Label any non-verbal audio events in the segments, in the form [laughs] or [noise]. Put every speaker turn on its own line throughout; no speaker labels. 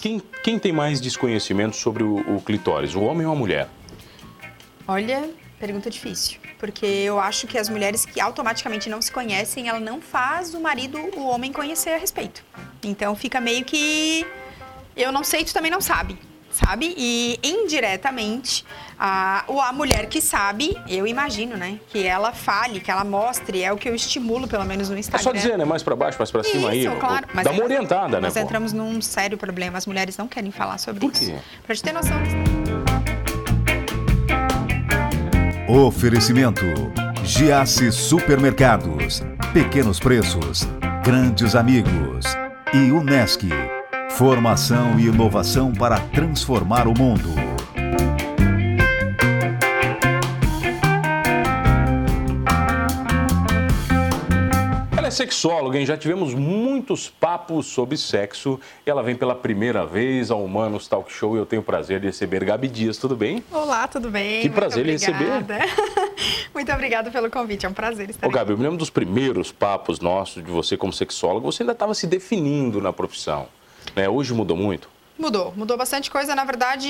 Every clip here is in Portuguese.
Quem, quem tem mais desconhecimento sobre o, o clitóris, o homem ou a mulher?
Olha, pergunta difícil. Porque eu acho que as mulheres que automaticamente não se conhecem, ela não faz o marido, o homem, conhecer a respeito. Então fica meio que. Eu não sei, tu também não sabe. Sabe? E indiretamente, a, a mulher que sabe, eu imagino, né? Que ela fale, que ela mostre, é o que eu estimulo, pelo menos no
É
Instagram.
só dizer, né? Mais pra baixo, mais pra cima
Isso,
aí.
claro. é-
Dá uma orientada, né?
Nós
pô?
entramos num sério problema. As mulheres não querem falar sobre
Por quê?
isso. Pra te ter noção.
Oferecimento: Giasse Supermercados, Pequenos Preços, Grandes Amigos e Unesc. Formação e inovação para transformar o mundo.
um
Ela é sexóloga, hein? Já tivemos muitos papos sobre sexo. Ela vem pela primeira vez ao Humanos Talk Show e eu tenho o prazer de receber Gabi Dias, tudo bem?
Olá, tudo bem?
Que prazer lhe receber.
receber. [laughs] Muito obrigada pelo convite. É um prazer estar
Ô,
aqui.
Gabi, eu me lembro dos primeiros papos nossos de você como sexóloga. Você ainda estava se definindo na profissão, né? Hoje mudou muito.
Mudou, mudou bastante coisa. Na verdade,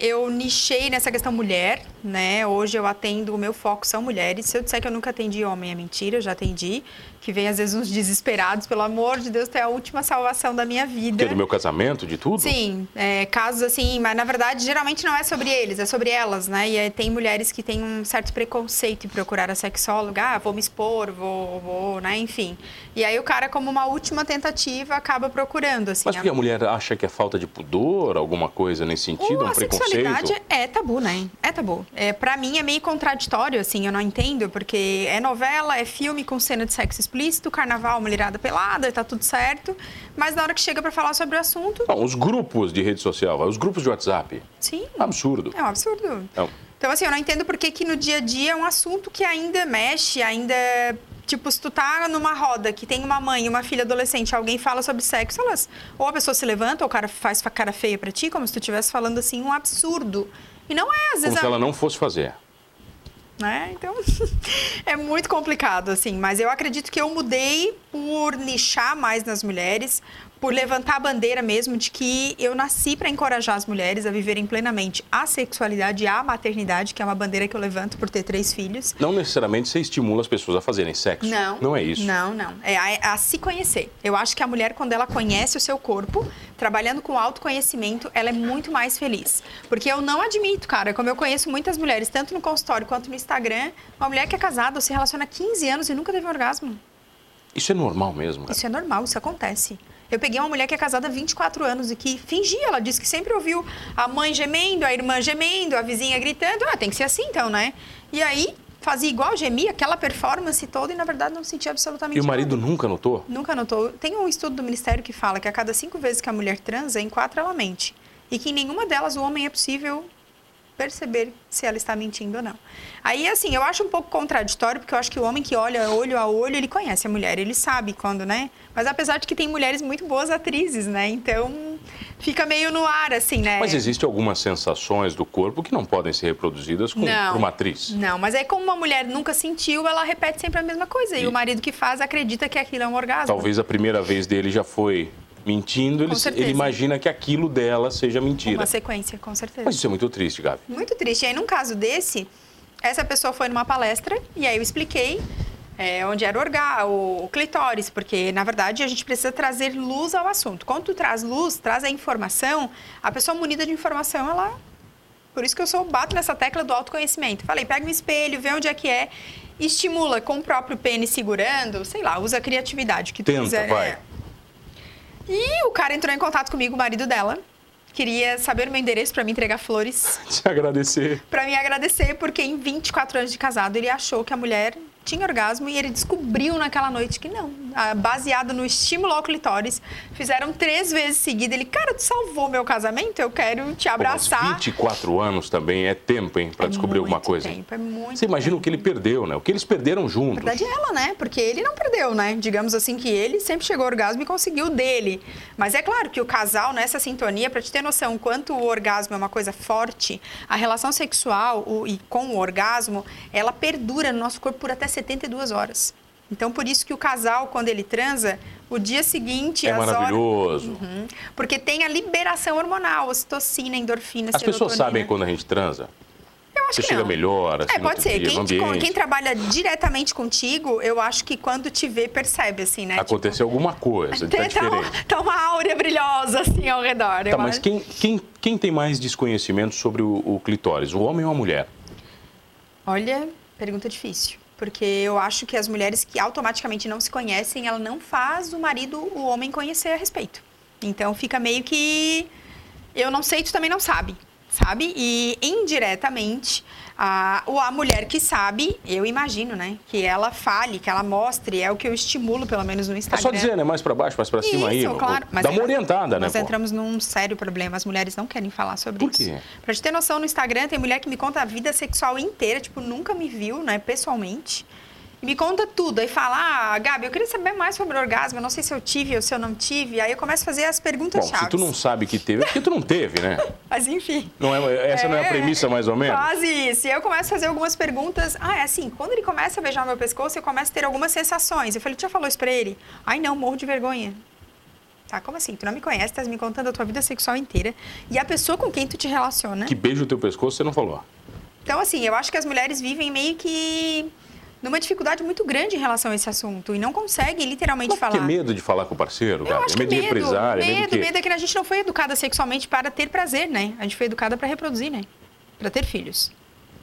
eu nichei nessa questão mulher, né? Hoje eu atendo, o meu foco são mulheres. Se eu disser que eu nunca atendi homem, é mentira, eu já atendi. Que vem às vezes uns desesperados, pelo amor de Deus, tu é a última salvação da minha vida.
Que é do meu casamento, de tudo?
Sim, é, casos assim, mas na verdade geralmente não é sobre eles, é sobre elas, né? E aí tem mulheres que têm um certo preconceito em procurar a sexóloga, ah, vou me expor, vou, vou, né? Enfim. E aí o cara, como uma última tentativa, acaba procurando, assim.
Mas porque a mulher acha que é falta de pudor, alguma coisa nesse sentido,
a
um preconceito?
sexualidade é tabu, né? É tabu. É, para mim é meio contraditório, assim, eu não entendo, porque é novela, é filme com cena de sexo explícito, carnaval, mulherada pelada, tá tudo certo. Mas na hora que chega pra falar sobre o assunto,
Não, os grupos de rede social, vai, os grupos de WhatsApp.
sim,
Absurdo.
é um absurdo.
Não.
Então, assim, eu não entendo por que que no dia a dia é um assunto que ainda mexe, ainda. Tipo, se tu tá numa roda que tem uma mãe e uma filha adolescente, alguém fala sobre sexo, elas. Ou a pessoa se levanta, ou o cara faz fa- cara feia pra ti, como se tu estivesse falando assim um absurdo. E não é, às
Como
vezes.
se
a-
ela não fosse fazer.
né? Então, [laughs] é muito complicado, assim. Mas eu acredito que eu mudei por nichar mais nas mulheres, por levantar a bandeira mesmo de que eu nasci para encorajar as mulheres a viverem plenamente a sexualidade e a maternidade, que é uma bandeira que eu levanto por ter três filhos.
Não necessariamente você estimula as pessoas a fazerem sexo.
Não.
Não é isso.
Não, não. É a, a se conhecer. Eu acho que a mulher, quando ela conhece o seu corpo, trabalhando com autoconhecimento, ela é muito mais feliz. Porque eu não admito, cara, como eu conheço muitas mulheres, tanto no consultório quanto no Instagram, uma mulher que é casada ou se relaciona há 15 anos e nunca teve orgasmo.
Isso é normal mesmo. cara.
Isso é normal, isso acontece. Eu peguei uma mulher que é casada há 24 anos e que fingia, ela disse que sempre ouviu a mãe gemendo, a irmã gemendo, a vizinha gritando. Ah, tem que ser assim então, né? E aí fazia igual, gemia, aquela performance toda e na verdade não sentia absolutamente
E o marido
nada.
nunca notou?
Nunca notou. Tem um estudo do Ministério que fala que a cada cinco vezes que a mulher transa, em quatro ela mente. E que em nenhuma delas o homem é possível perceber se ela está mentindo ou não. Aí, assim, eu acho um pouco contraditório, porque eu acho que o homem que olha olho a olho, ele conhece a mulher, ele sabe quando, né? Mas apesar de que tem mulheres muito boas atrizes, né? Então, fica meio no ar, assim, né?
Mas existem algumas sensações do corpo que não podem ser reproduzidas com,
Não.
por uma atriz.
Não, mas aí como uma mulher nunca sentiu, ela repete sempre a mesma coisa. E,
E-
o marido que faz acredita que aquilo é um orgasmo.
Talvez a primeira vez dele já foi mentindo, ele,
Com certeza.
ele imagina que aquilo dela seja mentira.
Uma sequência, com certeza.
Mas isso é muito triste, Gabi.
Muito triste. E aí, num caso desse, essa pessoa foi numa palestra e aí eu expliquei é, onde era o, orga, o, o clitóris, porque, na verdade, a gente precisa trazer luz ao assunto. Quando tu traz luz, traz a informação, a pessoa munida de informação, ela... Por isso que eu sou bato nessa tecla do autoconhecimento. Falei, pega um espelho, vê onde é que é, estimula com o próprio pênis segurando, sei lá, usa a criatividade que tu
Tenta,
quiser.
vai.
É. E o cara entrou em contato comigo, o marido dela, queria saber o meu endereço para me entregar flores
Te agradecer.
pra me agradecer, porque em 24 anos de casado ele achou que a mulher tinha orgasmo e ele descobriu naquela noite que não. Ah, Baseado no estímulo ao clitóris, fizeram três vezes seguida. Ele, cara, tu salvou meu casamento, eu quero
Pô,
te
mas
abraçar.
24 anos também é tempo, hein, pra
É
descobrir alguma
muito
coisa.
Tempo, é muito
Você imagina
tempo.
o que ele perdeu, né? O que eles perderam
Na
juntos.
verdade é ela, né? Porque ele não perdeu, né? Digamos assim que ele sempre chegou ao orgasmo e conseguiu o dele. Mas é claro que o casal nessa sintonia, pra te ter noção o quanto o orgasmo é uma coisa forte, a relação sexual o- e com o orgasmo, ela perdura no nosso corpo por até 72 horas. Então por isso que o casal quando ele transa, O dia seguinte,
É
as horas-
maravilhoso.
Uhum. Porque tem a liberação hormonal, ocitocina, endorfina,
As pessoas
serotonina.
sabem quando a gente transa?
Eu acho
Você
que
chega
não.
melhor, assim,
É,
no
pode
outro
ser.
dia,
Quem,
no
te-
ambiente.
quem tá trabalha diretamente contigo, eu acho que quando te vê, percebe, assim, né?
Aconteceu alguma coisa,
Tipo,
tá
[laughs] tem- tá,
diferente.
uma- tá uma áurea brilhosa, assim, ao redor.
Tá,
eu
mas
acho.
quem, quem, quem tem mais desconhecimento sobre o, o clitóris, o homem ou a mulher?
Olha, pergunta difícil. Porque eu acho que as mulheres que automaticamente não se conhecem, ela não faz o marido, o homem, conhecer a respeito. Então fica meio que. Eu não sei, tu também não sabe, sabe? E indiretamente, a, ou a mulher que sabe, eu imagino, né? Que ela fale, que ela mostre, é o que eu estimulo, pelo menos no
É
Instagram.
só dizer, né? Mais pra baixo, mais pra cima aí.
Isso, claro.
Dá uma
entra-
orientada, né?
Nós
pô?
entramos num sério problema. As mulheres não querem falar sobre
Por
isso.
quê?
Pra gente ter noção, no Instagram tem mulher que me conta a vida sexual inteira, tipo, nunca me viu, né, pessoalmente. E me conta tudo. Aí fala, ah, Gabi, eu queria saber mais sobre o orgasmo, eu não sei se eu tive ou se eu não tive. Aí eu começo a fazer as perguntas
Bom,
chaves.
se tu não sabe que teve, é porque tu não teve, né?
Mas enfim.
Não é, essa não é a premissa, mais ou menos?
Quase isso. E aí eu começo a fazer algumas perguntas. Ah, é assim, quando ele começa a beijar o meu pescoço, eu começo a ter algumas sensações. Eu falei, tu já falou isso pra ele? Ai, não, morro de vergonha. Tá, como assim? Tu não me conhece, tá me contando a tua vida sexual inteira. E a pessoa com quem tu te relaciona.
Que beija o teu pescoço, você não falou.
Então, assim, eu acho que as mulheres vivem meio que numa dificuldade muito grande em relação a esse assunto. E não conseguem literalmente
Não
falar.
porque é medo de falar com o parceiro,
Eu
Gabi.
acho
É
que
medo de
medo,
empresário,
medo,
medo de quê?
medo é que a gente não foi educada sexualmente para ter prazer, né? A gente foi educada para reproduzir, né? Para ter filhos.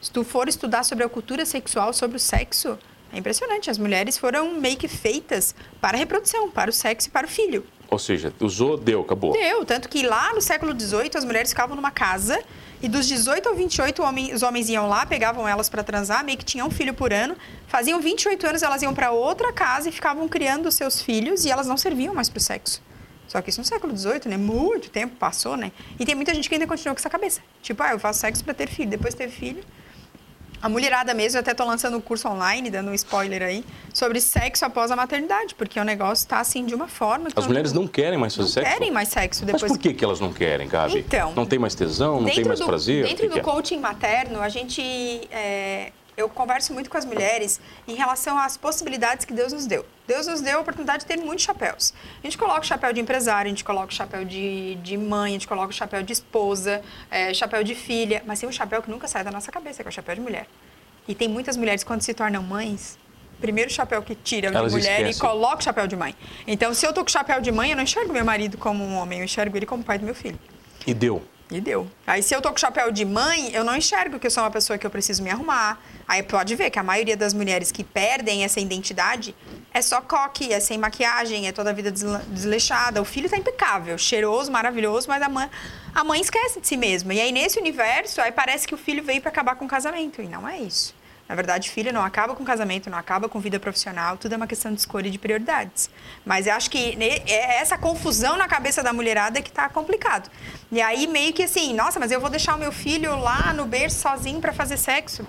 Se tu for estudar sobre a cultura sexual, sobre o sexo, é impressionante. As mulheres foram meio que feitas para a reprodução, para o sexo e para o filho.
Ou seja, usou, deu, acabou.
Deu, tanto que lá no século XVIII as mulheres ficavam numa casa e dos 18 ao 28 o homem- os homens iam lá, pegavam elas para transar, meio que tinham um filho por ano. Faziam 28 anos, elas iam para outra casa e ficavam criando seus filhos e elas não serviam mais pro sexo. Só que isso no século XVIII, né? Muito tempo passou, né? E tem muita gente que ainda continua com essa cabeça. Tipo, ah, eu faço sexo para ter filho, depois teve filho. A mulherada mesmo, eu até tô lançando um curso online, dando um spoiler aí, sobre sexo após a maternidade, porque o negócio tá assim de uma forma que
As
eu-
mulheres não querem mais fazer
não
sexo?
querem mais sexo
Mas
depois
por que, que elas não querem, Gabi?
Então.
não tem mais tesão, não tem mais
do,
prazer? O
Dentro
que
do
que é?
coaching materno, a gente. é, eu converso muito com as mulheres em relação às possibilidades que Deus nos deu. Deus nos deu a oportunidade de ter muitos chapéus. A gente coloca o chapéu de empresário, a gente coloca o chapéu de, de mãe, a gente coloca o chapéu de esposa, é, chapéu de filha, mas tem um chapéu que nunca sai da nossa cabeça, que é o chapéu de mulher. E tem muitas mulheres, quando se tornam mães, primeiro chapéu que tiram de
Elas
mulher e
esquecem.
coloca o chapéu de mãe. Então, se eu tô com chapéu de mãe, eu não enxergo meu marido como um homem, eu enxergo ele como pai do meu filho.
E deu.
E deu. Aí se eu tô com chapéu de mãe, eu não enxergo que eu sou uma pessoa que eu preciso me arrumar. Aí pode ver que a maioria das mulheres que perdem essa identidade é só coque, é sem maquiagem, é toda a vida desla- desleixada. O filho tá impecável, cheiroso, maravilhoso, mas a mãe, a mãe esquece de si mesma. E aí nesse universo, aí parece que o filho veio pra acabar com o casamento. E não é isso. Na verdade, filho não acaba com casamento, não acaba com vida profissional, tudo é uma questão de escolha e de prioridades. Mas eu acho que ne- é essa confusão na cabeça da mulherada que tá complicado. E aí meio que assim, nossa, mas eu vou deixar o meu filho lá no berço sozinho para fazer sexo.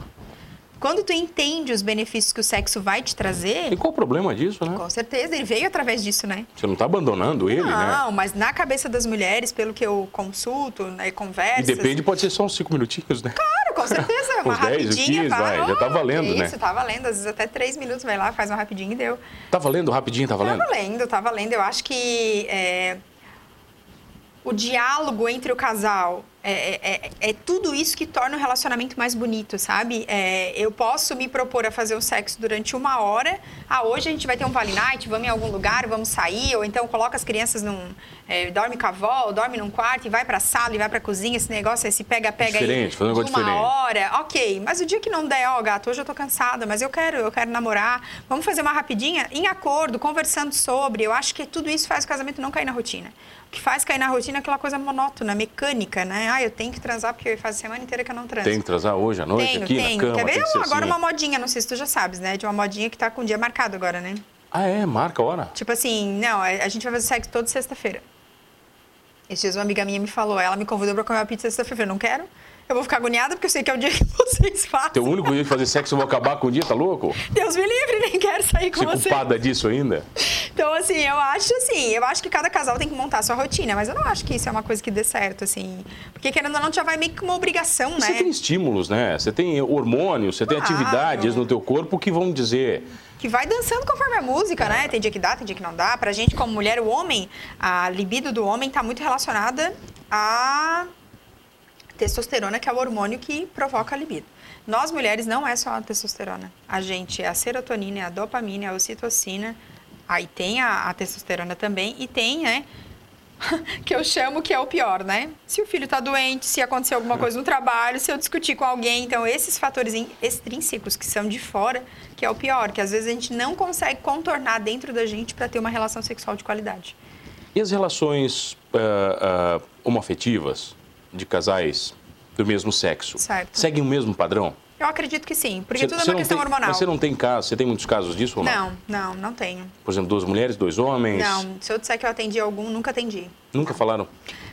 Quando tu entende os benefícios que o sexo vai te
E
trazer,
qual o problema disso, né?
com certeza ele veio através disso, né?
Você não tá abandonando ele, né?
não, mas na cabeça das mulheres, pelo que eu consulto, né,
E
conversas,
depende, pode ser só uns cinco minutinhos, né?
Claro, com certeza. Uma
Uns 10 ou
rapidinha
15, vai, já tá
Oh,
valendo,
isso,
né?
Isso, tá valendo. Às vezes até três minutos vai lá, faz uma rapidinha e deu.
Tá valendo rapidinho, tá valendo?
Tá valendo, tá valendo. Eu acho que é, o diálogo entre o casal é, é- é- é tudo isso que torna o relacionamento mais bonito, sabe? É, eu posso me propor a fazer o sexo durante uma hora. Ah, hoje a gente vai ter um vale night, vamos em algum lugar, vamos sair. Ou então coloca as crianças num... é, dorme com a avó, ou dorme num quarto e vai pra sala e vai pra cozinha. Esse negócio, esse pega-pega aí
Diferente, fazer um negócio
de uma
diferente.
hora. Ok, mas o dia que não der, ó, gato, hoje eu tô cansada, mas eu quero, eu quero namorar. Vamos fazer uma rapidinha em acordo, conversando sobre. Eu acho que tudo isso faz o casamento não cair na rotina. O que faz cair na rotina é aquela coisa monótona, mecânica, né? Ah, eu tenho que transar porque faz semana inteira que eu não transo.
Tem que transar hoje à noite,
tenho,
aqui
tenho.
na cama,
Quer ver
tem que ser
agora
assim.
uma modinha, não sei se tu já sabes, né? De uma modinha que tá com o dia marcado agora, né?
Ah, é? Marca a hora.
Tipo assim, não, a a gente vai fazer sexo toda sexta-feira. Esses dias uma amiga minha me falou, ela me convidou pra comer uma pizza sexta-feira, eu não quero. Eu vou ficar agoniada porque eu sei que é o dia que [laughs] vocês fazem.
Teu único dia de fazer sexo, eu vou acabar com o dia, tá louco?
Deus me livre, [laughs] nem quero sair com
Você
você.
culpada disso ainda?
Então, assim, eu acho assim, eu acho que cada casal tem que montar a sua rotina, mas eu não acho que isso é uma coisa que dê certo, assim. Porque querendo ou não, já vai meio que com uma obrigação, né?
Você tem estímulos, né? Você tem hormônios, você tem
Claro.
atividades no teu corpo que vão dizer.
Que vai dançando conforme a música, né? Tem dia que dá, tem dia que não dá. Pra gente, como mulher, o homem, a libido do homem tá muito relacionada à testosterona, que é o hormônio que provoca a libido. Nós mulheres não é só a testosterona. A gente é a serotonina, é a dopamina, é a ocitocina. Aí tem a, a testosterona também e tem, né? Que eu chamo que é o pior, né? Se o filho tá doente, se acontecer alguma coisa no trabalho, se eu discutir com alguém. Então, esses fatores in- extrínsecos que são de fora, que é o pior, que às vezes a gente não consegue contornar dentro da gente para ter uma relação sexual de qualidade.
E as relações ah, ah, homoafetivas de casais do mesmo sexo
Certo.
seguem o mesmo padrão?
Eu acredito que sim, porque
Você-
tudo é
você
uma
não
questão
tem-
hormonal.
Mas você não tem casos, você tem muitos casos disso ou não?
não, não, não tenho.
Por exemplo, duas mulheres, dois homens?
Não, se eu disser que eu atendi algum, nunca atendi.
Nunca falaram?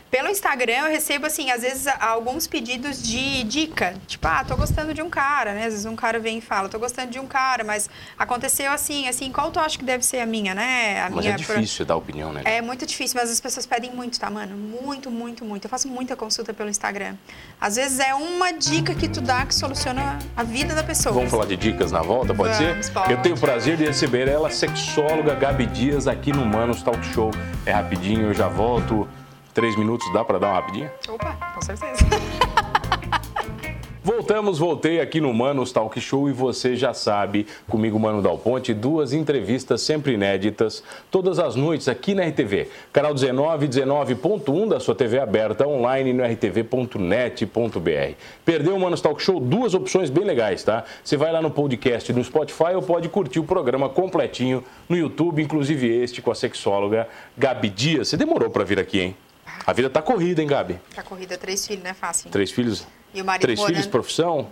Pelo Instagram, eu recebo, assim, às vezes, a- alguns pedidos de dica. Tipo, ah, tô gostando de um cara, né? Às vezes um cara vem e fala, tô gostando de um cara, mas aconteceu assim, assim, qual tu acha que deve ser a minha, né? A
Mas
minha
é
pro-
difícil dar opinião, né?
É muito difícil, mas as pessoas pedem muito, tá, mano? Muito, muito, muito. Eu faço muita consulta pelo Instagram. Às vezes é uma dica que tu dá que soluciona a vida da pessoa.
Vamos falar de dicas na volta, pode
Vamos,
ser?
pode.
Eu tenho o prazer de receber ela, sexóloga Gabi Dias, aqui no Manos Talk Show. É rapidinho, eu já volto. Três minutos, dá pra dar um uma rapidinha?
Opa, com certeza.
Voltamos, voltei aqui no Manos Talk Show e você já sabe, comigo, Mano Dal Ponte, duas entrevistas sempre inéditas, todas as noites aqui na RTV. Canal 19, 19.1 da sua TV aberta, online no rtv.net.br. Perdeu o Manos Talk Show? Duas opções bem legais, tá? Você vai lá no podcast no Spotify ou pode curtir o programa completinho no YouTube, inclusive este com a sexóloga Gabi Dias. Você demorou pra vir aqui, hein? A vida tá corrida, hein, Gabi?
Pra corrida, três filhos, né? Fácil.
Três filhos?
E o marido
Três
morando-
filhos, profissão?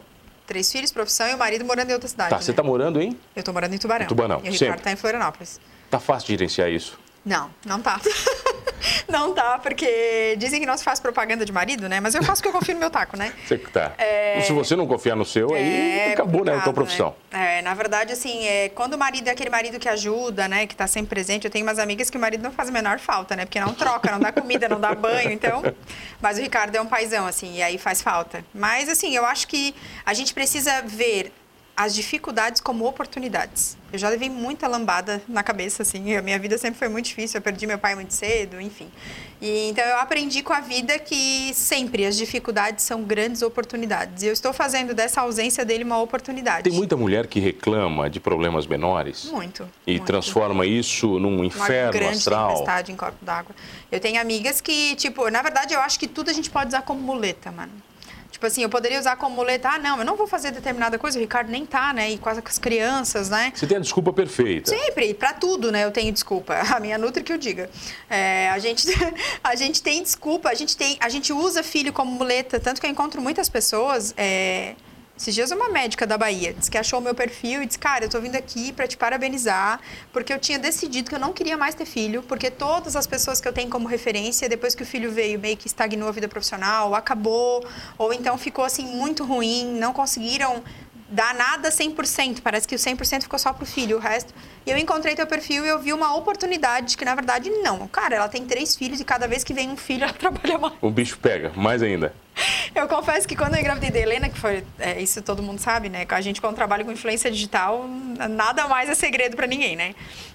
Três filhos, profissão e o marido morando em outra cidade.
Tá, você
né?
tá morando, hein?
Eu tô morando em Tubarão.
Tubarão,
E o Ricardo
sempre.
tá em Florianópolis.
Tá fácil de gerenciar isso.
Não, não tá. [laughs] não tá, porque dizem que não se faz propaganda de marido, né? Mas eu faço o que eu confio no meu taco, né?
Você que tá.
É.
Se você não confiar no seu, aí
É
acabou, né? A tua
complicado,
profissão.
né? É, na verdade, assim, é, quando o marido é aquele marido que ajuda, né? Que tá sempre presente. Eu tenho umas amigas que o marido não faz a menor falta, né? Porque não troca, não dá comida, não dá banho, então... Mas o Ricardo é um paizão, assim, e aí faz falta. Mas, assim, eu acho que a gente precisa ver as dificuldades como oportunidades. Eu já levei muita lambada na cabeça, assim. A minha vida sempre foi muito difícil. Eu perdi meu pai muito cedo, enfim. E, então, eu aprendi com a vida que sempre as dificuldades são grandes oportunidades. E eu estou fazendo dessa ausência dele uma oportunidade.
Tem muita mulher que reclama de problemas menores
Muito.
e
muito.
transforma isso num
Uma
inferno
grande
astral.
tempestade em corpo d'água. Eu tenho amigas que, tipo, na verdade, eu acho que tudo a gente pode usar como muleta, mano. Tipo assim, eu poderia usar como muleta, ah, não, eu não vou fazer determinada coisa, o Ricardo nem tá, né? E quase com as crianças, né?
Você tem a desculpa perfeita.
Sempre, pra tudo, né? Eu tenho desculpa. [laughs] A minha Nutri que eu diga. É, a, gente, [laughs] a gente tem desculpa, a gente, tem, a gente usa filho como muleta. Tanto que eu encontro muitas pessoas. É, esses dias uma médica da Bahia disse que achou o meu perfil e disse: Cara, eu tô vindo aqui pra te parabenizar, porque eu tinha decidido que eu não queria mais ter filho, porque todas as pessoas que eu tenho como referência, depois que o filho veio, meio que estagnou a vida profissional, ou acabou, ou então ficou assim muito ruim, não conseguiram dá nada 100%, parece que o 100% ficou só pro filho, o resto. E eu encontrei teu perfil e eu vi uma oportunidade que, na verdade, não. Cara, ela tem três filhos e cada vez que vem um filho, ela [laughs] trabalha mais.
O bicho pega, mais ainda.
Eu confesso que quando eu engravidei da Helena, que foi, é, isso todo mundo sabe, né? A gente quando trabalha com influência digital, nada mais é segredo pra ninguém, né?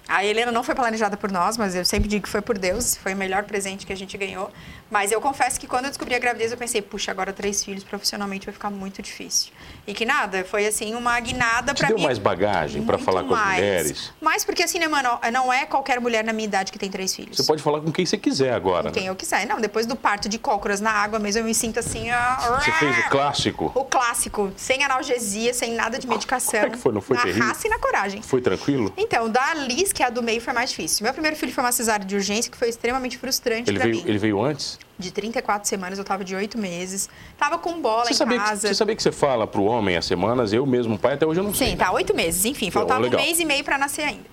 A Helena não foi planejada por nós, mas eu sempre digo que foi por Deus, foi o melhor presente que a gente ganhou. Mas eu confesso que quando eu descobri a gravidez, eu pensei, puxa, agora três filhos profissionalmente vai ficar muito difícil. E que nada, foi assim uma guinada
Te
pra
deu
mim.
mais bagagem pra
Muito
falar com as
mais.
mulheres?
Mas porque assim, né, mano, não é qualquer mulher na minha idade que tem três filhos.
Você pode falar com quem você quiser agora.
Com quem
né?
eu quiser. Não, depois do parto de cócoras na água mesmo, eu me sinto assim... ah,
Você fez o clássico?
o clássico, sem analgesia, sem nada de medicação.
Como é que foi? Não foi
Na
terrível?
raça e na coragem.
Foi tranquilo?
Então, da Liz, que é a do meio, foi mais difícil. Meu primeiro filho foi uma cesárea de urgência, que foi extremamente frustrante
Ele
pra
veio,
mim.
ele veio antes?
De 34 semanas, eu tava de 8 meses. Tava com bola
Você
em
sabia, que,
casa.
você sabia que você fala pro homem as semanas? Eu mesmo, pai, até hoje eu não sei. né?
Sim, tá, oito meses, enfim, faltava um
legal.
mês e meio pra nascer ainda.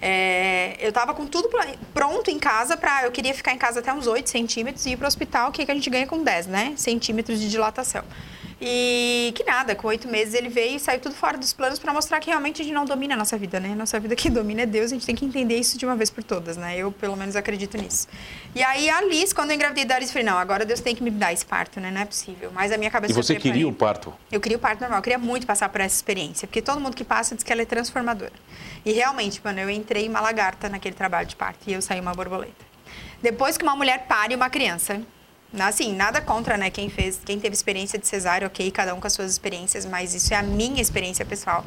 É, eu tava com tudo plane- pronto em casa pra. Eu queria ficar em casa até uns 8 centímetros e ir pro hospital, que, é que a gente ganha com 10, né? Centímetros de dilatação. E que nada, com oito meses ele veio e saiu tudo fora dos planos para mostrar que realmente a gente não domina a nossa vida, né? Nossa vida que domina é Deus, a gente tem que entender isso de uma vez por todas, né? Eu, pelo menos, acredito nisso. E aí a Alice, quando eu engravidei da Alice, eu falei, não, agora Deus tem que me dar esse parto, né? Não é possível. Mas a minha cabeça...
E você
foi pra
queria
ele.
o parto?
Eu queria o parto normal, eu queria muito passar por essa experiência, porque todo mundo que passa diz que ela é transformadora. E realmente, mano, eu entrei uma lagarta naquele trabalho de parto e eu saí uma borboleta. Depois que uma mulher pare uma criança, assim, nada contra, né, quem fez, quem teve experiência de cesárea, ok, cada um com as suas experiências, mas isso é a minha experiência pessoal.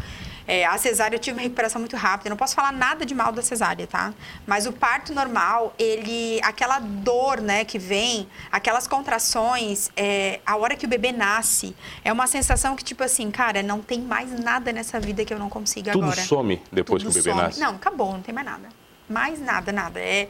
É, a cesárea eu tive uma recuperação muito rápida, eu não posso falar nada de mal da cesárea, tá? Mas o parto normal, ele, aquela dor, né, que vem, aquelas contrações, é, a hora que o bebê nasce, é uma sensação que tipo assim, cara, não tem mais nada nessa vida que eu não consiga
Tudo
agora.
some depois
Tudo
que o bebê
some.
nasce?
Não, acabou, não tem mais nada. Mais nada, nada. É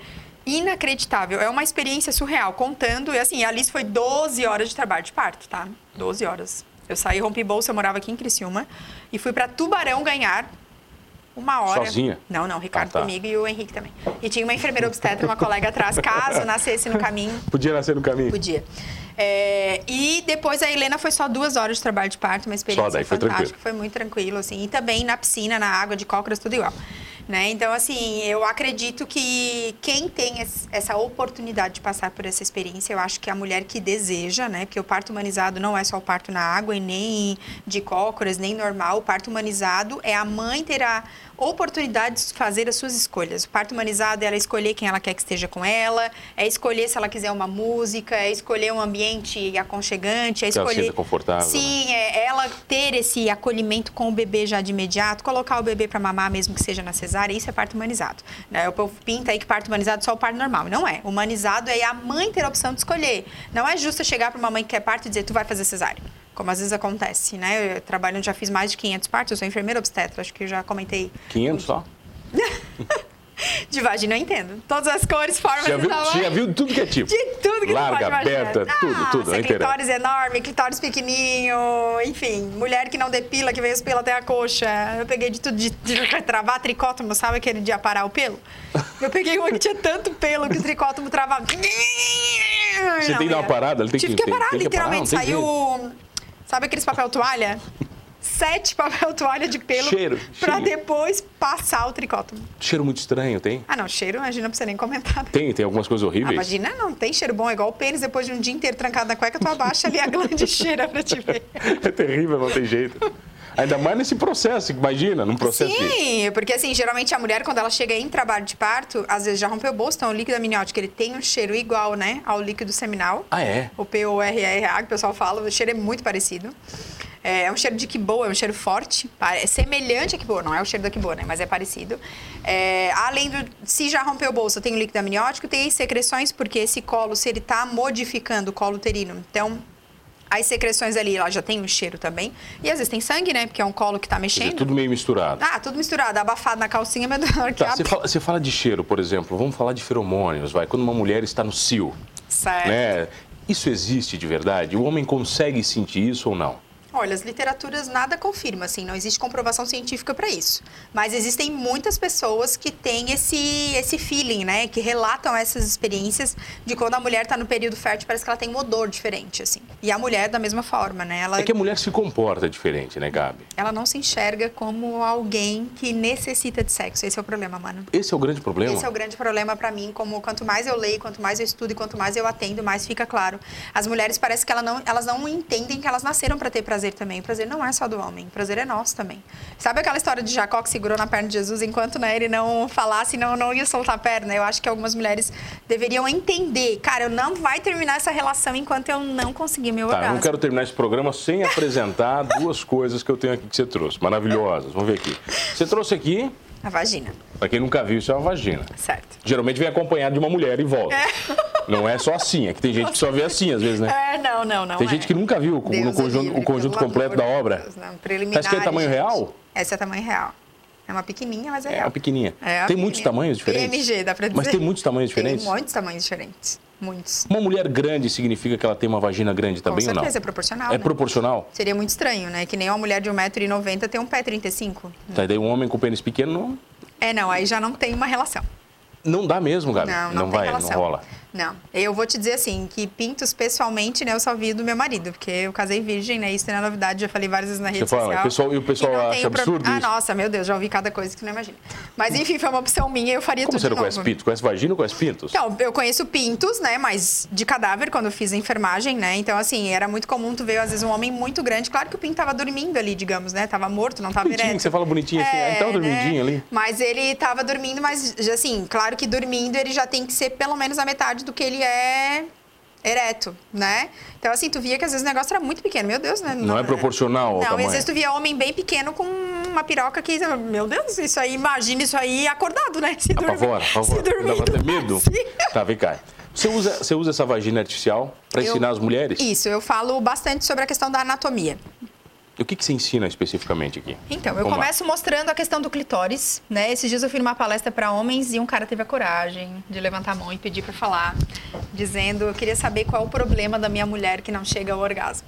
inacreditável. É uma experiência surreal. Contando, e assim, a Alice foi 12 horas de trabalho de parto, tá? 12 horas. Eu saí, rompi bolsa, eu morava aqui em Criciúma. E fui pra Tubarão ganhar uma hora.
Sozinha?
Não, não. o Ricardo
Ah, tá.
comigo e o Henrique também. E tinha uma enfermeira obstetra, uma colega atrás, caso nascesse no caminho.
Podia nascer no caminho?
Podia. É, e depois a Helena foi só duas horas de trabalho de parto, uma experiência
daí foi
fantástica, foi muito tranquilo, assim. E também na piscina, na água de cócoras, tudo igual. Né? Então, assim, eu acredito que quem tem es- essa oportunidade de passar por essa experiência, eu acho que a mulher que deseja, né? Porque o parto humanizado não é só o parto na água e nem de cócoras, nem normal. O parto humanizado é a mãe ter a oportunidade de fazer as suas escolhas. O parto humanizado é ela escolher quem ela quer que esteja com ela, é escolher se ela quiser uma música, é escolher um ambiente aconchegante, é
Que ela se
escolher.
sinta confortável,
Sim, é ela ter esse acolhimento com o bebê já de imediato, colocar o bebê para mamar mesmo que seja na cesárea, isso é parto humanizado. Né? O povo pinta aí que parto humanizado é só o parto normal. Não é. Humanizado é a mãe ter a opção de escolher. Não é justo eu chegar para uma mãe que quer parto e dizer, tu vai fazer cesárea. Como às vezes acontece, né? Eu trabalho, já fiz mais de 500 partos, eu sou enfermeira obstetra, acho que eu já comentei
500 só?
de vagina, eu entendo. Todas as cores, formas
Já
e
viu,
tamanhos.
já viu tudo que é tipo?
De tudo que tu
Larga,
pode imaginar. Ah,
aberta, tudo, tudo,
Nossa,
não interessa.
clitóris enorme, clitóris pequenininho, enfim. Mulher que não depila, que veio os pelos até a coxa. Eu peguei de tudo, de, de travar tricótomo, sabe aquele dia parar o pelo? Eu peguei uma que tinha tanto pelo que o tricótomo travava. Você
tem que dar uma parada, ele tem
Tive
que-
que,
tem-
parar,
tem que parar, não
literalmente.
tem
Saiu, sabe aqueles papel toalha? Sete papel toalha de pelo
Cheiro,
pra
cheiro.
depois passar o tricótomo.
Cheiro muito estranho, tem?
Ah, não, cheiro, a gente não precisa nem comentar. né?
Tem, tem algumas coisas
Ah,
horríveis.
vagina não tem cheiro bom, é igual o pênis, depois de um dia inteiro trancado na cueca, tu abaixa ali a [laughs] glande e cheira pra te ver.
[laughs] É terrível, não tem jeito. Ainda mais nesse processo, imagina, num processo de...
Sim, porque assim, geralmente a mulher, quando ela chega em trabalho de parto, às vezes já rompeu o bolso, então o líquido amniótico, ele tem um cheiro igual, né, ao líquido seminal.
Ah, é?
O PORRA, que o pessoal fala, o cheiro é muito parecido. É é um cheiro de quiboa, é um cheiro forte, pare- é semelhante a quiboa, não é o cheiro da quiboa, né? Mas é parecido. É, além do, se já rompeu o bolso, tem o líquido amniótico, tem as secreções, porque esse colo, se ele tá modificando o colo uterino, então as secreções ali, ela já tem um cheiro também. E às vezes tem sangue, né? Porque é um colo que tá
Quer dizer,
mexendo.
tudo meio misturado.
Ah, tudo misturado, abafado na calcinha, [laughs] mas na hora que
Tá, você
abre,
fala, você fala de cheiro, por exemplo, vamos falar de feromônios, vai. Quando uma mulher está no cio,
sai.
né? Isso existe de verdade? O homem consegue sentir isso ou não? É
Olha, as literaturas nada confirma, assim, não existe comprovação científica para isso. Mas existem muitas pessoas que têm esse, esse feeling, né? Que relatam essas experiências de quando a mulher tá no período fértil, parece que ela tem um odor diferente, assim. E a mulher da mesma forma, né? Ela,
É que a mulher se comporta diferente, né, Gabi?
ela não se enxerga como alguém que necessita de sexo. Esse é o problema, mano.
Esse é o grande problema.
Esse é o grande problema para mim, como quanto mais eu leio, quanto mais eu estudo e quanto mais eu atendo, mais fica claro. As mulheres parece que ela não, elas não entendem que elas nasceram para ter prazer também. O prazer não é só do homem, o prazer é nosso também. Sabe aquela história de Jacó que segurou na perna de Jesus enquanto né, ele não falasse, não, não ia soltar a perna? Eu acho que algumas mulheres deveriam entender. Cara, eu não vai terminar essa relação enquanto eu não conseguir meu
Tá, eu
orgasmo.
não quero terminar esse programa sem
[laughs]
apresentar duas coisas que eu tenho aqui que você trouxe, maravilhosas. Vamos ver aqui. Você trouxe aqui,
A vagina,
pra quem nunca viu, isso é uma vagina.
certo.
Geralmente vem acompanhado de uma mulher e volta. Não é só assim, é que tem gente que só vê assim às vezes, né?
É, não, não, não.
Tem
é.
gente que nunca viu o-
Deus
no
o
conjunto-
livre,
o conjunto
pelo
completo da
amor de
obra.
Deus, não, preliminares,
Parece que é tamanho
gente.
real?
Essa é tamanho real. É uma pequenininha, mas é,
É
real.
uma pequenininha.
É uma
tem muitos
pequenininha.
tamanhos diferentes.
PMG, dá pra dizer.
Mas tem muitos tamanhos diferentes.
Tem um muitos tamanhos diferentes. Muitos.
Uma mulher grande significa que ela tem uma vagina grande também
Com
ou não?
certeza, é proporcional,
É
né?
proporcional?
Seria muito estranho, né? Que nem uma mulher de 1,90m tem um pé 35.
Tá, e daí um homem com pênis pequeno não,
É, não, aí já não tem uma relação.
não dá mesmo, Gabi.
Não, não, tem
vai,
relação.
não rola.
Não. Eu vou te dizer assim, que pintos pessoalmente, né, eu só vi do meu marido, porque eu casei virgem, né? Isso não é novidade, já falei várias vezes na rede
Você fala,
social.
o pessoal- e o pessoal
não
acha
tenho
absurdo
Ah,
isso?
nossa, meu Deus, já ouvi cada coisa que tu não imagina. Mas enfim, foi uma opção minha, eu faria
Como
tudo
você
de
não conhece
novo.
pinto? Conhece vagina ou conhece pintos?
Então, eu conheço pintos, né? Mas de cadáver, quando eu fiz a enfermagem, né? Então, assim, era muito comum tu ver, às vezes, um homem muito grande. Claro que o pinto tava dormindo ali, digamos, né? Tava morto, não
[laughs]
tava
Bonitinho,
ereto.
você fala bonitinho assim,
É,
ah, ele tava dormidinho ali.
né? Mas ele tava dormindo, mas, já, assim, claro que dormindo ele já tem que ser pelo menos a metade do que ele é ereto, né? Então, assim, tu via que às vezes o negócio era muito pequeno. Meu Deus, né?
Não é proporcional ao
Não, e
tamanho.
às vezes tu via homem bem pequeno com uma piroca que... Meu Deus, isso aí, imagina isso aí acordado, né? Se dormir-
Apavora, apavora.
Se dormir,
Dá pra ter
[laughs]
medo?
assim.
Tá, vem cá. Você usa, você usa essa vagina artificial pra
Eu-
ensinar as mulheres?
Isso, eu falo bastante sobre a questão da anatomia.
O que, que você ensina especificamente aqui?
Então, eu
Vamos lá.
começo mostrando a questão do clitóris, né? Esses dias eu fui numa palestra para homens e um cara teve a coragem de levantar a mão e pedir para falar, dizendo: "Eu queria saber qual é o problema da minha mulher que não chega ao orgasmo".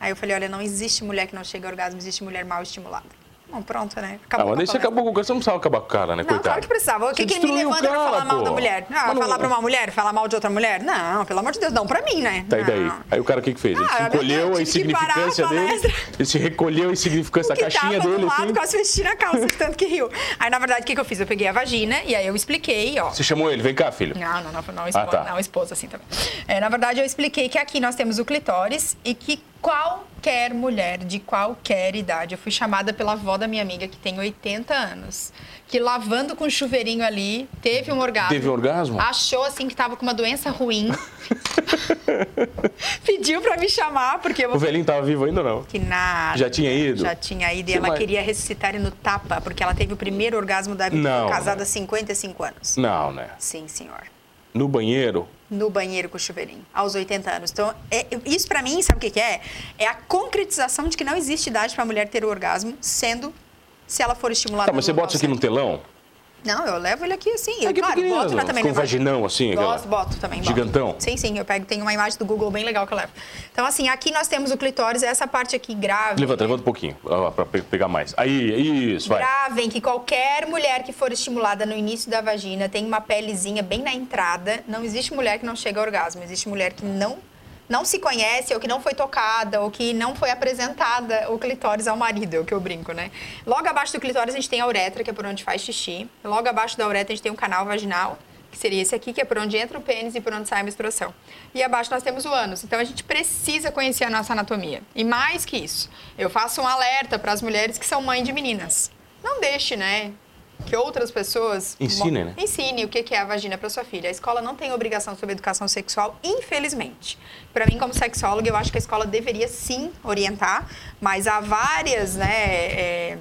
Aí eu falei: "Olha, não existe mulher que não chega ao orgasmo, existe mulher mal estimulada". Bom, pronto, né?
Ah, mas
Acabou com a
daí você
palestra.
acabou com o cara, você não precisava acabar com o cara, né?
Não,
Coitado.
claro que precisava. O
Você
que, que ele me
destruiu o
levanta pra
cara,
falar mal
pô.
da mulher? Ah,
Mas não- é.
falar pra uma mulher? Falar mal de outra mulher? Não, pelo amor de Deus, não pra mim, né?
Tá, e daí?
Não.
Aí o cara o que, que fez? Ele
Ah,
se
eu
encolheu a
tive que parar a
insignificância dele,
palestra.
ele se recolheu a insignificância da
que tava
caixinha
do
dele,
lado
assim.
quase vestindo a calça, de tanto que riu. Aí, na verdade, o que, que eu fiz? Eu peguei a vagina e aí eu expliquei, ó.
Você chamou ele, vem cá, filho.
Ah, Não, não, não, não, esposa,
tá.
não, esposa assim também. É, na verdade, eu expliquei que aqui nós temos o clitóris e que qualquer mulher de qualquer idade, eu fui chamada pela avó da minha amiga, que tem 80 anos, que lavando com um chuveirinho ali, teve um orgasmo.
Teve um orgasmo?
Achou assim que tava com uma doença ruim. [laughs] Pediu pra me chamar, porque eu
O
vou
velhinho tava vivo ainda ou não?
que nada.
Já tinha ido?
Já tinha ido. E
Você
ela
vai-
queria ressuscitar ele no tapa, porque ela teve o primeiro orgasmo da vida
Não.
casada há 55 anos.
Não, né?
Sim, senhor.
No banheiro,
No banheiro com o chuveirinho, aos 80 anos. Então, é- isso pra mim, sabe o que, que é? É a concretização de que não existe idade pra mulher ter o orgasmo, sendo se ela for estimulada.
Tá, mas você
no
bota isso aqui
local
num telão?
certo. Não, eu levo ele aqui assim. Eu,
Aqui
claro,
pequenininho,
boto lá também.
com um
né, mas-
vaginão assim, aquela.
Gosto, boto também. boto.
Gigantão?
Sim, sim, eu pego, tem uma imagem do Google bem legal que eu levo. Então, assim, aqui nós temos o clitóris, essa parte aqui grave.
Levanta, levanta um pouquinho, ó, lá, pra pe- pegar mais. Aí, isso, vai.
Gravem que qualquer mulher que for estimulada no início da vagina tem uma pelezinha bem na entrada. Não existe mulher que não chega ao orgasmo. Existe mulher que não não se conhece, ou que não foi tocada, ou que não foi apresentada o clitóris ao marido, é o que eu brinco, né? Logo abaixo do clitóris a gente tem a uretra, que é por onde faz xixi. Logo abaixo da uretra a gente tem um canal vaginal, que seria esse aqui, que é por onde entra o pênis e por onde sai a menstruação. E abaixo nós temos o ânus. Então a gente precisa conhecer a nossa anatomia. E mais que isso, eu faço um alerta para as mulheres que são mãe de meninas. Não deixe, né? Que outras pessoas.
Ensinem, né?
Ensine o que que é a vagina para sua filha. A escola não tem obrigação sobre educação sexual, infelizmente. Para mim, como sexóloga, eu acho que a escola deveria sim orientar, mas há várias, né? é,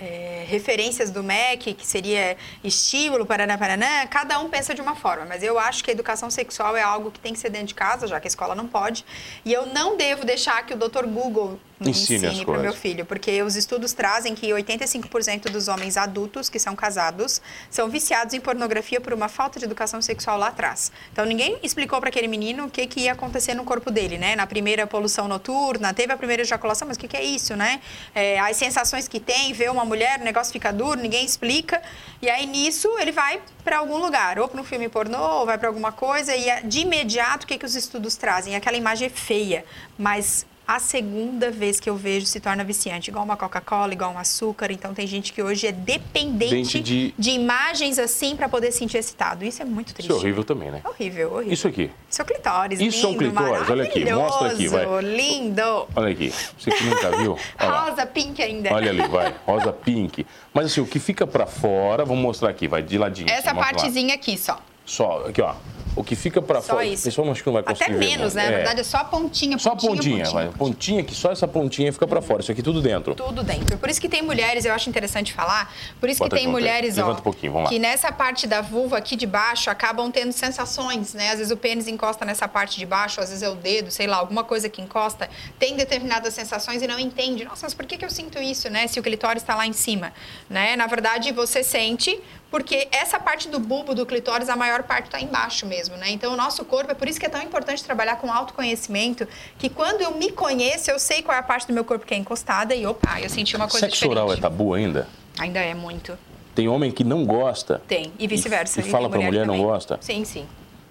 é, referências do MEC, que seria estímulo, paraná, paraná, cada um pensa de uma forma, mas eu acho que a educação sexual é algo que tem que ser dentro de casa, já que a escola não pode, e eu não devo deixar que o Dr. Google me
Ensine as
ensine para o
coisas.
meu filho, porque os estudos trazem que 85% dos homens adultos que são casados são viciados em pornografia por uma falta de educação sexual lá atrás. Então ninguém explicou para aquele menino o que, que ia acontecer no corpo dele, né? Na primeira poluição noturna, teve a primeira ejaculação, mas o que, que é isso, né? É, as sensações que tem, vê uma mulher, o negócio fica duro, ninguém explica. E aí nisso ele vai para algum lugar, ou para um filme pornô, ou vai para alguma coisa, e é, de imediato o que, que os estudos trazem? Aquela imagem é feia, mas a segunda vez que eu vejo se torna viciante, igual uma Coca-Cola, igual um açúcar. Então tem gente que hoje é dependente
Dente de-
de... imagens assim pra poder sentir excitado. Isso é muito triste.
Isso é horrível também, né?
É horrível, horrível.
Isso aqui.
Isso é o clitóris,
Isso é um
lindo,
clitóris, olha aqui, mostra aqui, vai.
maravilhoso, lindo.
Olha aqui, você que nunca
[laughs]
viu. Olha lá.
Rosa, pink ainda.
Olha ali, vai. Rosa pink. Mas assim, o que fica pra fora, vamos mostrar aqui, vai, de ladinho.
Essa
assim, mostra lá.
partezinha aqui só.
Só, aqui ó. O que fica pra
Só
fora.
isso.
O pessoal acho que não vai
Até
conseguir. ver
menos,
muito.
né? Na
É.
verdade um é só a pontinha,
Só a
pontinha,
pontinha,
pontinha,
vai. Pontinha que só essa pontinha fica pra fora. Isso aqui tudo dentro.
tudo dentro. Por isso que tem mulheres, eu acho interessante falar, por isso
Bota
que tem
junto aí.
mulheres, ó,
Levanta um pouquinho, vamos lá.
que nessa parte da vulva aqui de baixo acabam tendo sensações, né? Às vezes o pênis encosta nessa parte de baixo, às vezes é o dedo, sei lá, alguma coisa que encosta, tem determinadas sensações e não entende. Nossa, mas por que, que eu sinto isso, né? Se o clitóris está lá em cima, né? Na verdade, você sente porque essa parte do bulbo do clitóris, a maior parte está embaixo mesmo, né? Então, o nosso corpo, é por isso que é tão importante trabalhar com autoconhecimento, que quando eu me conheço, eu sei qual é a parte do meu corpo que é encostada e, opa, eu senti uma coisa
Sexo
diferente.
oral é tabu ainda?
Ainda é muito.
Tem homem que não gosta.
Tem. E vice-versa.
E, e fala
tem
pra mulher, não
também.
gosta.
Sim, sim.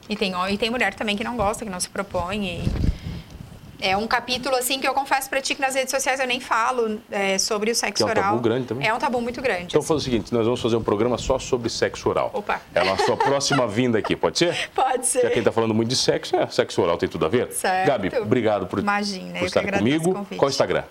E tem, ho- e tem mulher também que não gosta, que não se propõe. e- É um capítulo, assim, que eu confesso pra ti que nas redes sociais eu nem falo é, sobre o sexo
Que é um
oral.
tabu grande também.
É um tabu muito grande.
Então faz o seguinte, nós vamos fazer um programa só sobre sexo oral.
Opa.
É a nossa próxima vinda aqui, pode ser?
Pode
Já quem
ser.
está tá falando muito de sexo, é, sexo oral tem tudo a ver.
Certo.
Gabi, obrigado por,
Imagina, eu
por
que
estar
agradeço
comigo.
o convite.
Qual o Instagram?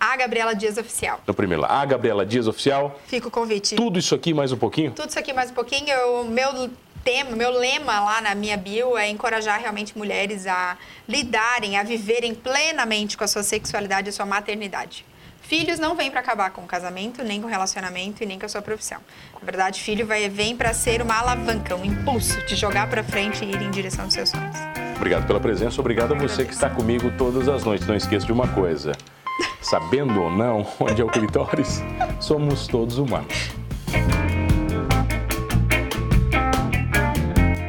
A Gabriela Dias Oficial.
No primeiro lá. A Gabriela Dias Oficial.
Fica o convite.
Tudo isso aqui, mais um pouquinho.
Tudo isso aqui mais um pouquinho. Eu, meu tema, meu lema lá na minha bio é encorajar realmente mulheres a lidarem, a viverem plenamente com a sua sexualidade e a sua maternidade. Filhos não vêm para acabar com o casamento, nem com o relacionamento e nem com a sua profissão. Na verdade, filho vai, vem para ser uma alavanca, um impulso, te jogar para frente e ir em direção dos seus sonhos.
Obrigado pela presença, obrigado a você que está comigo todas as noites. Não esqueça de uma coisa: sabendo ou não [laughs] onde é o clitóris, somos todos humanos.